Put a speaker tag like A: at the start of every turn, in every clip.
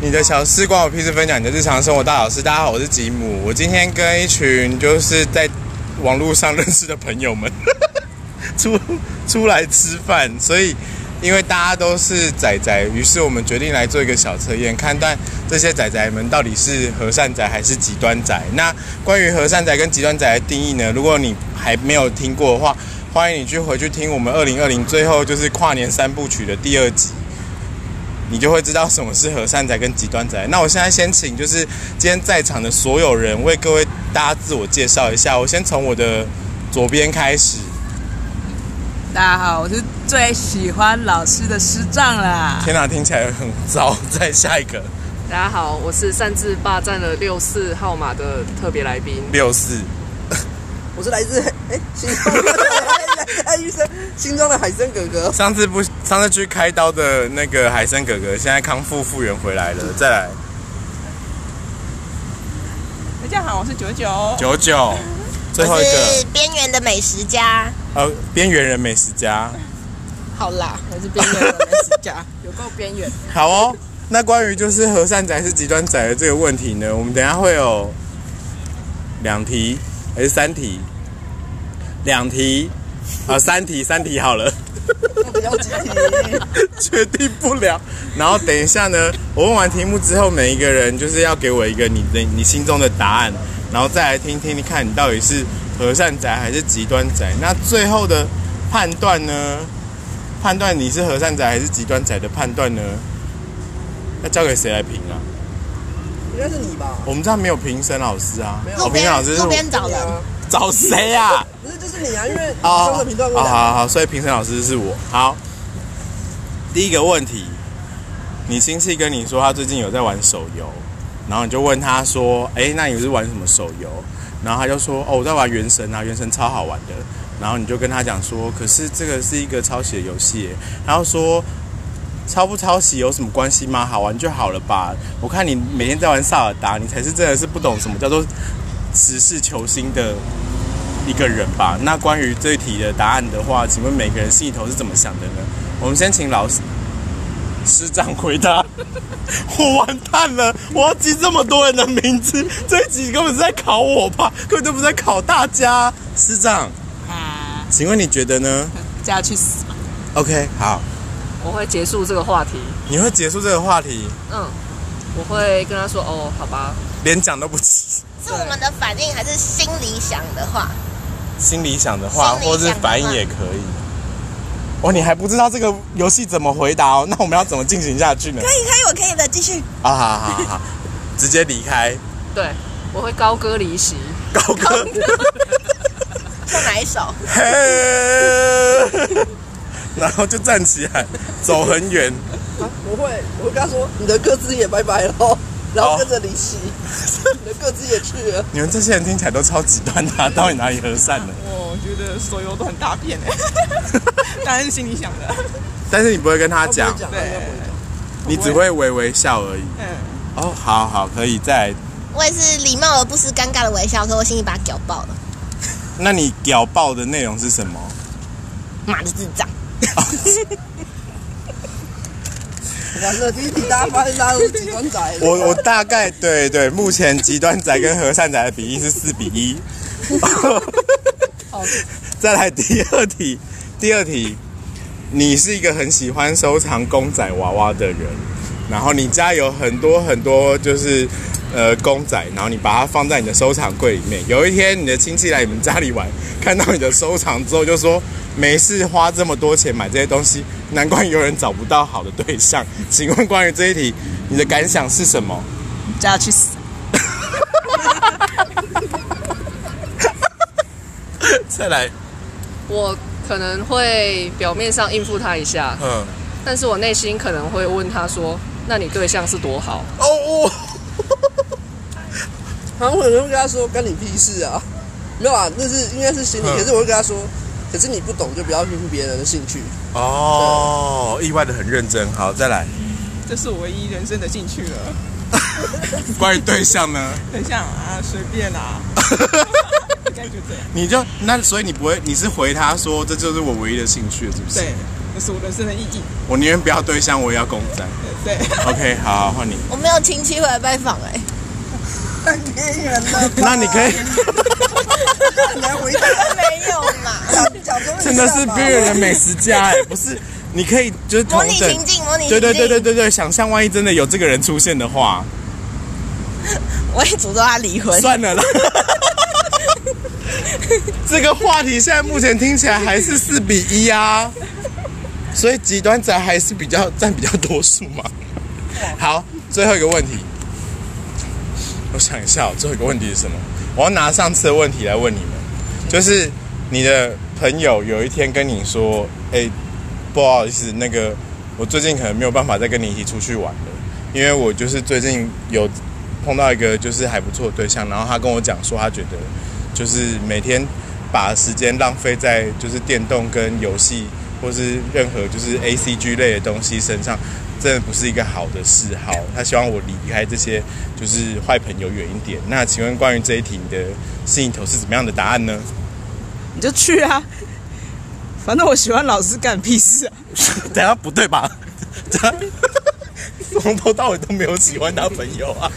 A: 你的小事关我屁事，分享你的日常生活大小事。大家好，我是吉姆。我今天跟一群就是在网络上认识的朋友们 出出来吃饭，所以因为大家都是仔仔，于是我们决定来做一个小测验，看但这些仔仔们到底是和善仔还是极端仔。那关于和善仔跟极端仔的定义呢？如果你还没有听过的话，欢迎你去回去听我们二零二零最后就是跨年三部曲的第二集。你就会知道什么是和善仔跟极端仔。那我现在先请，就是今天在场的所有人为各位大家自我介绍一下。我先从我的左边开始。
B: 大家好，我是最喜欢老师的师丈啦。
A: 天哪、听起来很糟。再下一个
C: 大家好，我是擅自霸占了六四号码的特别来宾。
A: 六四，
D: 我是来自哎新庄的哎医生，新庄的海参哥哥。
A: 上次不上次去开刀的那个海参哥哥，现在康复复原回来了。再来
B: 大家好，我是九九。
A: 九九，最后
E: 我
A: 一
E: 是
A: 个
E: 边缘的美食家，
A: 呃边缘人美食家。
D: 好啦，我是边缘人美家。
C: 有够边缘，
A: 好哦，那关于就是和善仔还是极端仔的这个问题呢，我们等一下会有两题还是三题？两题，呃，三题，三题好了，
D: 不要急，
A: 决定不了。然后等一下呢，我问完题目之后，每一个人就是要给我一个你的你心中的答案，然后再来听听，看你到底是和善仔还是极端仔。那最后的判断呢？判断你是和善仔还是极端仔的判断呢？要交给谁来评啊？
D: 应该是你吧？
A: 我们这样没有评审老师啊，哦，评
E: 路
A: 审
E: 边
A: 老师是
E: 路边找人，
D: 啊，
A: 找谁啊？
D: 不是就是你啊，因为
A: 哦，
D: 上的频道
A: 哦，好好好，所以评审老师是我。好，第一个问题，你亲戚跟你说他最近有在玩手游，然后你就问他说，哎、那你是玩什么手游？然后他就说，哦，我在玩原神啊，原神超好玩的。然后你就跟他讲说，可是这个是一个抄袭的游戏耶，然后说。抄不抄袭有什么关系吗？好玩就好了吧。我看你每天在玩萨尔达，你才是真的是不懂什么叫做实事求是的一个人吧。那关于这一题的答案的话，请问每个人心里头是怎么想的呢？我们先请老师师长回答。 我完蛋了，我要记这么多人的名字，这一集根本是在考我吧？根本就不是在考大家。师长，
B: 啊，
A: 请问你觉得呢
B: 这要去死吧！
A: ？OK，好，
C: 我会结束这个话题。
A: 你会结束这个话题，
C: 嗯，我会跟他说哦，好吧，
A: 连讲都不起。
E: 是我们的反应还是心里想的话？
A: 心里想的话，
E: 心里
A: 或是
E: 想的
A: 反应
E: 话
A: 也可以。哦，你还不知道这个游戏怎么回答哦？那我们要怎么进行下去呢？
E: 以可以，我可以的，继续。
A: 啊，好好好 好，直接离开
C: 对，我会高歌离席。
A: 高歌。
E: 唱哪一首？
A: 嘿，然后就站起来，走很远。
D: 啊我会，我会跟他说，你的各自也拜拜喽，然后跟着离席，你的各自也去了。
A: 哦你们这些人听起来都超极端的啊、到底哪里和善呢？
B: 我觉得所有都很大变哎，当然是心里想的。
A: 但是你不会跟他
D: 他不会
A: 讲，
D: 讲，
B: 对
A: 你只会微微笑而已。
B: 嗯，
A: 哦，好好，可以再来。
E: 我也是礼貌而不失尴尬的微笑，可我心里把它屌爆了，
A: 那你屌爆的内容是什么？
E: 妈的智障！
D: 完了，第一题大家发现大家都是极端仔。
A: 我我大概对对，目前极端仔跟和善仔的比例是四比一。再来第二题，第二题，你是一个很喜欢收藏公仔娃娃的人，然后你家有很多很多就是呃公仔，然后你把它放在你的收藏柜里面。有一天你的亲戚来你们家里玩，看到你的收藏之后就说。没事，花这么多钱买这些东西，难怪有人找不到好的对象。请问关于这一题，你的感想是什么？
B: 这要去死！
A: 再来，
C: 我可能会表面上应付他一下，
A: 嗯，
C: 但是我内心可能会问他说：“那你对象是多好
A: 哦，
D: 然后我就跟他说：“干你屁事啊！”没有啊，那是应该是心理，
A: 嗯
D: 可是我会跟他说：“可是你不懂就不要辜负别人的兴趣。
A: 哦，意外的很认真。好，再来。
F: 这是我唯一人生的兴趣了。
A: 关于对象呢，
F: 很像啊，随便 啦、应该就这样。
A: 你就那所以你不会，你是回他说这就是我唯一的兴趣了，是不是？
F: 对，那是我人生的意义。
A: 我宁愿不要对象，我也要共战。
F: 对，
A: OK，好，换你。
E: 我没有亲戚回来拜访哎、
D: 太天然了吧。
A: 那你可以，
D: 很难回答，
E: 没有嘛？
D: 讲讲中
A: 真的是边缘的美食家哎、不是？你可以就是同
E: 模拟
A: 等
E: 情，境，模拟情境，
A: 哦对对对对，对对，想象万一真的有这个人出现的话，
E: 我也诅咒他离婚。
A: 算了啦。这个话题现在目前听起来还是四比一啊，所以极端仔还是比较占比较多数嘛。好，最后一个问题，我想一下哦，最后一个问题是什么？我要拿上次的问题来问你们，就是你的朋友有一天跟你说：“哎、不好意思，那个我最近可能没有办法再跟你一起出去玩了，因为我就是最近有碰到一个就是还不错的对象，然后他跟我讲说，他觉得就是每天把时间浪费在就是电动跟游戏或是任何就是 A C G 类的东西身上，真的不是一个好的嗜好。他希望我离开这些就是坏朋友远一点。那请问关于这一题，你的心里头是怎么样的答案呢？
B: 你就去啊。反正我喜欢老师干屁事啊！
A: 等下不对吧？从头到尾都没有喜欢他朋友啊。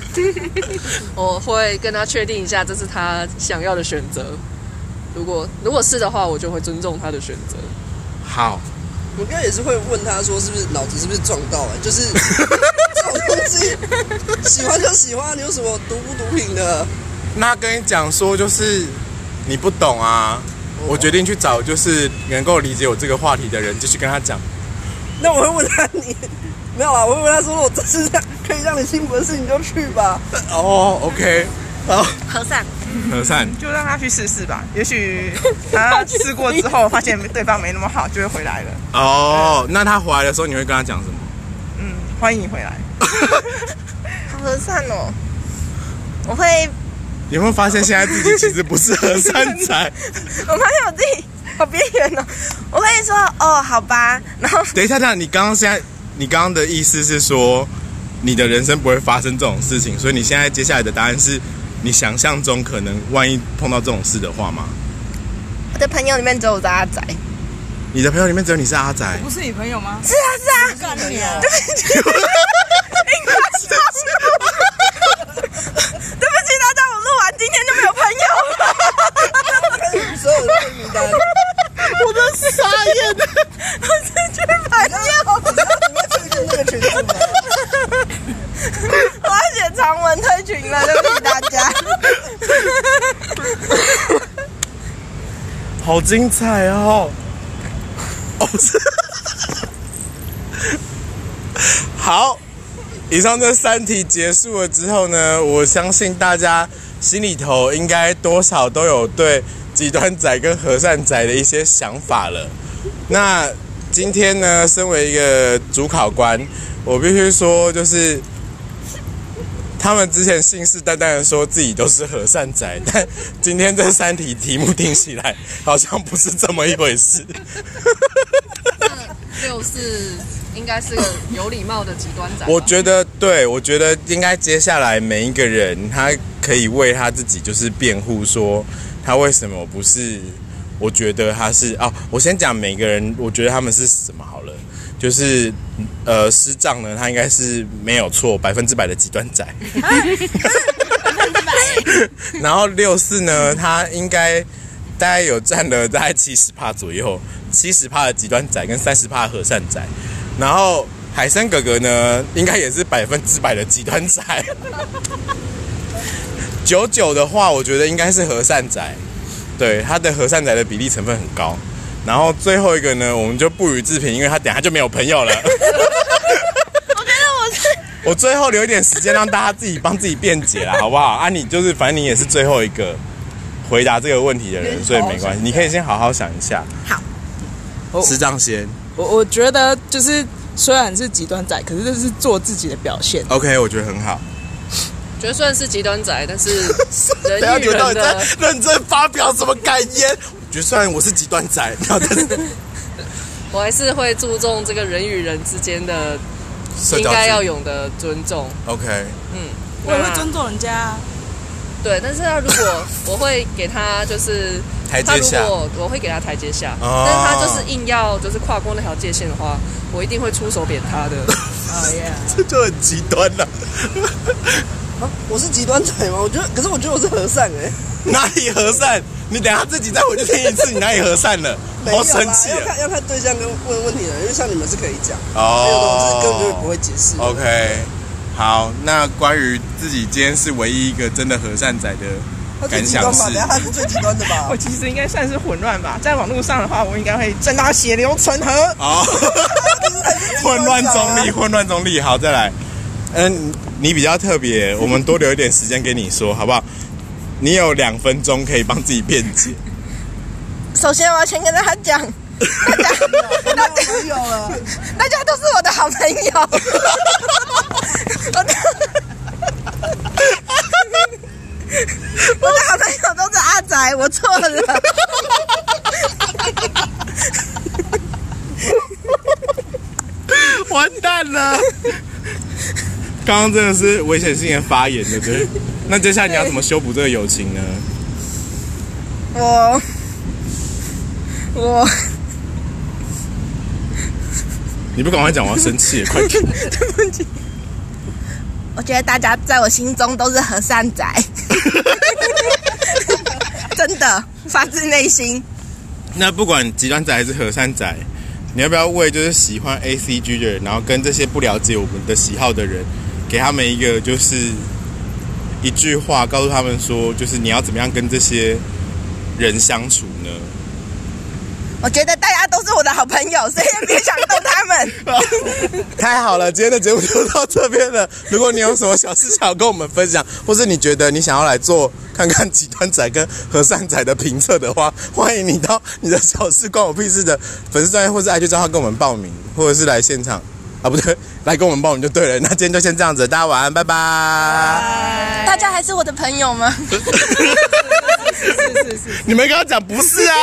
C: 我会跟他确定一下，这是他想要的选择。如果如果是的话，我就会尊重他的选择。
A: 好，
D: 我刚刚也是会问他说，是不是脑子是不是撞到了、就是这种东西，喜欢就喜欢，你有什么毒不毒品的？
A: 那跟你讲说，就是你不懂啊。我决定去找就是能够理解我这个话题的人，继续跟他讲。
D: 那我会问他你没有啊？我会问他说，如果这是让可以让你幸福的事，你就去吧。
A: 哦，OK，好，
E: 和尚，
A: 和善，
F: 就让他去试试吧，也 许他试过之后发现对方没那么好，就会回来了。
A: 哦，那他回来的时候你会跟他讲什么？
F: 嗯，欢迎你 回来。
E: 和尚哦，我会，
A: 你有没有发现现在自己其实不是和善仔？
E: 我发现我自己好边缘哦。我会说哦，好吧，然后
A: 等一下，等一下，你刚刚现在，你刚刚的意思是说，你的人生不会发生这种事情，所以你现在接下来的答案是你想象中可能万一碰到这种事的话吗？
E: 我的朋友里面只有我是阿仔。
A: 你的朋友里面只有你是阿仔，
B: 不是你朋友吗？
E: 是啊是啊，干你啊！对不起，对不起，对不起，大家，我录完今天就没有朋友了。
D: 所有的这个名单，
E: 我都傻眼了，我是缺朋友，
D: 你会推荐那个群组吗？
E: 我要写长文推群了，对不起大家。
A: 好精彩哦！哦，不是，好，以上这三题结束了之后呢，我相信大家心里头应该多少都有对极端仔跟和善仔的一些想法了。那今天呢，身为一个主考官，我必须说，就是他们之前信誓旦旦的说自己都是和善仔，但今天这三题题目听起来好像不是这么一回事。
C: 六是应该是个有礼貌的极端仔吧。
A: 我觉得，对我觉得应该接下来每一个人，他可以为他自己就是辩护，说他为什么不是？我觉得他是哦，我先讲每个人，我觉得他们是什么好了。就是呃，师丈呢，他应该是没有错，百分之百的极端仔。 然后六四呢，他应该大概有占了大概七十帕左右，七十帕的极端仔跟三十帕和善仔。然后海参哥哥呢，应该也是百分之百的极端仔。 九九的话，我觉得应该是和善仔，对，他的和善仔的比例成分很高。然后最后一个呢，我们就不予置评，因为他等下就没有朋友了。 我最后留一点时间让大家自己帮自己辩解啦，好不好？啊，你就是反正你也是最后一个回答这个问题的人，所以没
C: 哦啊
A: 关系，你可以先好好想一下。
D: 哦
B: 好
A: 师丈先
B: 我我觉得就是虽然是极端仔，可是这是做自己的表现。
A: ，OK，我觉得很好。
C: 觉得虽然是极端仔，但是
A: 等
C: 人
A: 一下
C: 与
A: 你们到
C: 人
A: 底在
C: 的
A: 认真发表什么感言？我觉得虽然我是极端仔，然后但是
C: 我还是会注重这个人与人之间的
A: 社
C: 应
A: 交
C: 该
A: 距
C: 要有的尊重。
A: OK，
F: 啊
B: 我也会尊重人家啊，
C: 对，但是他如 果我会给他就是
A: 台
C: 他
A: 阶
C: 如
A: 下，
C: 果我会给他台阶下，
A: 哦
C: 但是他就是硬要就是跨过那条界限的话，我一定会出手扁他的。
B: 哦耶，
A: 这就很极端了。
D: 啊，我是极端仔吗？我觉得，可是我觉得我是和善哎、
A: 哪里和善？你等一下自己再回去听一次，你哪里和善了？
D: 没
A: 好
D: 有啦
A: 生气
D: 要
A: 啊！
D: 看要看对象跟问问题的人，因为像你们是可以讲，还有的我是根本就
A: 哦
D: 不会解释。
A: ，OK，好，那关于自己今天是唯一一个真的和善仔的，
D: 他最极端吧？
A: 感想是
D: 等一下他是最极端的吧
F: 我？其实应该算是混乱吧，在网络上的话，我应该会正大血流成河。
A: 哦， 混乱中立，混乱中立，好，再来。嗯，你比较特别，我们多留一点时间给你说，好不好？你有两分钟可以帮自己辩解。
E: 首先我要先跟大家讲，大家大家
D: 没有了，
E: 大家都是我的好朋友。 我的我的好朋友都是阿宅，我错了。
A: 完蛋了！刚刚真的是危险性的发言，对不对？那接下来你要怎么修补这个友情呢？
E: 我我
A: 你不赶快讲，我要生气了，快点！
E: 我觉得大家在我心中都是和善仔， 真的发自内心。
A: 那不管极端仔还是和善仔，你要不要为就是喜欢 A C G 的人，然后跟这些不了解我们的喜好的人，给他们一个就是一句话，告诉他们说，就是你要怎么样跟这些人相处呢？
E: 我觉得大家都是我的好朋友，谁也别想动他们。
A: 太好了，今天的节目就到这边了。如果你有什么小事想要跟我们分享，或是你觉得你想要来做看看极端仔跟和善仔的评测的话，欢迎你到你的小事关我屁事的粉丝专业或是 IG 账号跟我们报名，或者是来现场啊，不对， 来跟我们报名就对了。那今天就先这样子，大家晚安，拜拜。
E: 大家还是我的朋友吗？
A: 你们刚刚讲不是啊？